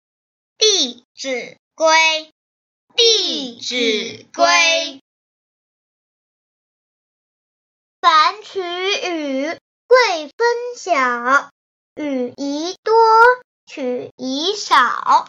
《弟子规》。《弟子规》凡取与，贵分晓。与宜多，取宜少。